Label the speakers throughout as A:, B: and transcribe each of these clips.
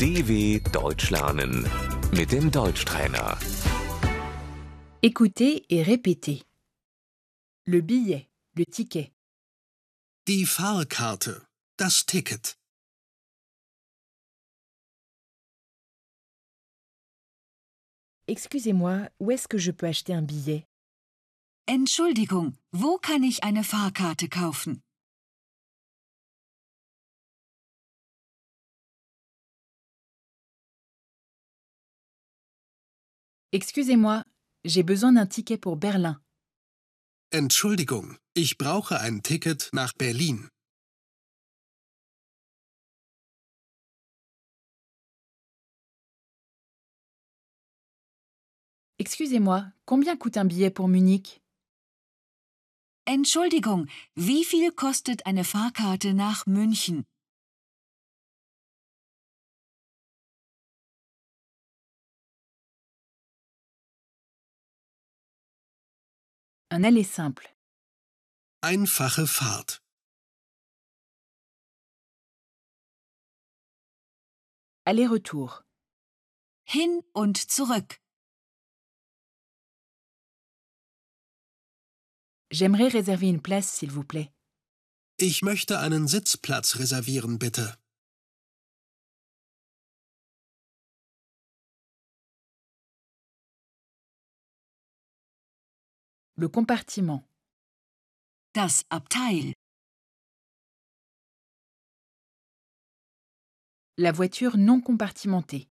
A: DW Deutsch lernen mit dem Deutschtrainer.
B: Écoutez et répétez. Le billet, le ticket.
C: Die Fahrkarte. Das Ticket.
B: Excusez-moi, où est-ce que je peux acheter un billet
D: Entschuldigung, wo kann ich eine Fahrkarte kaufen?
B: Excusez-moi, j'ai besoin d'un ticket pour Berlin.
C: Entschuldigung, ich brauche ein Ticket nach Berlin.
B: Excusez-moi, combien coûte un billet pour Munich
D: Entschuldigung, wie viel kostet eine Fahrkarte nach München?
B: Un aller simple.
C: Einfache Fahrt.
B: Aller-retour.
D: Hin und zurück.
B: J'aimerais réserver une place, s'il vous plaît.
C: Ich möchte einen Sitzplatz reservieren, bitte.
B: Le compartiment.
D: Das Abteil.
B: La voiture non compartimentée.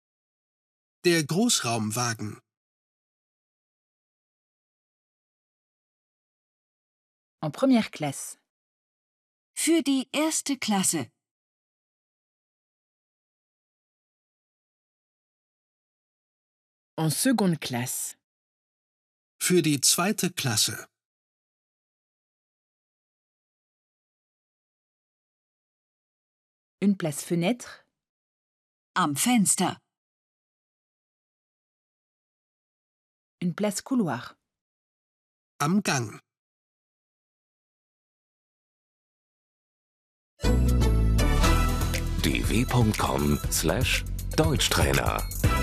C: Der Großraumwagen.
B: En première classe.
D: Für die erste Klasse.
B: En seconde classe.
C: Für die zweite Klasse.
B: Une place fenêtre.
D: Am Fenster.
B: Une place couloir.
C: Am Gang.
A: dw.com/deutschtrainer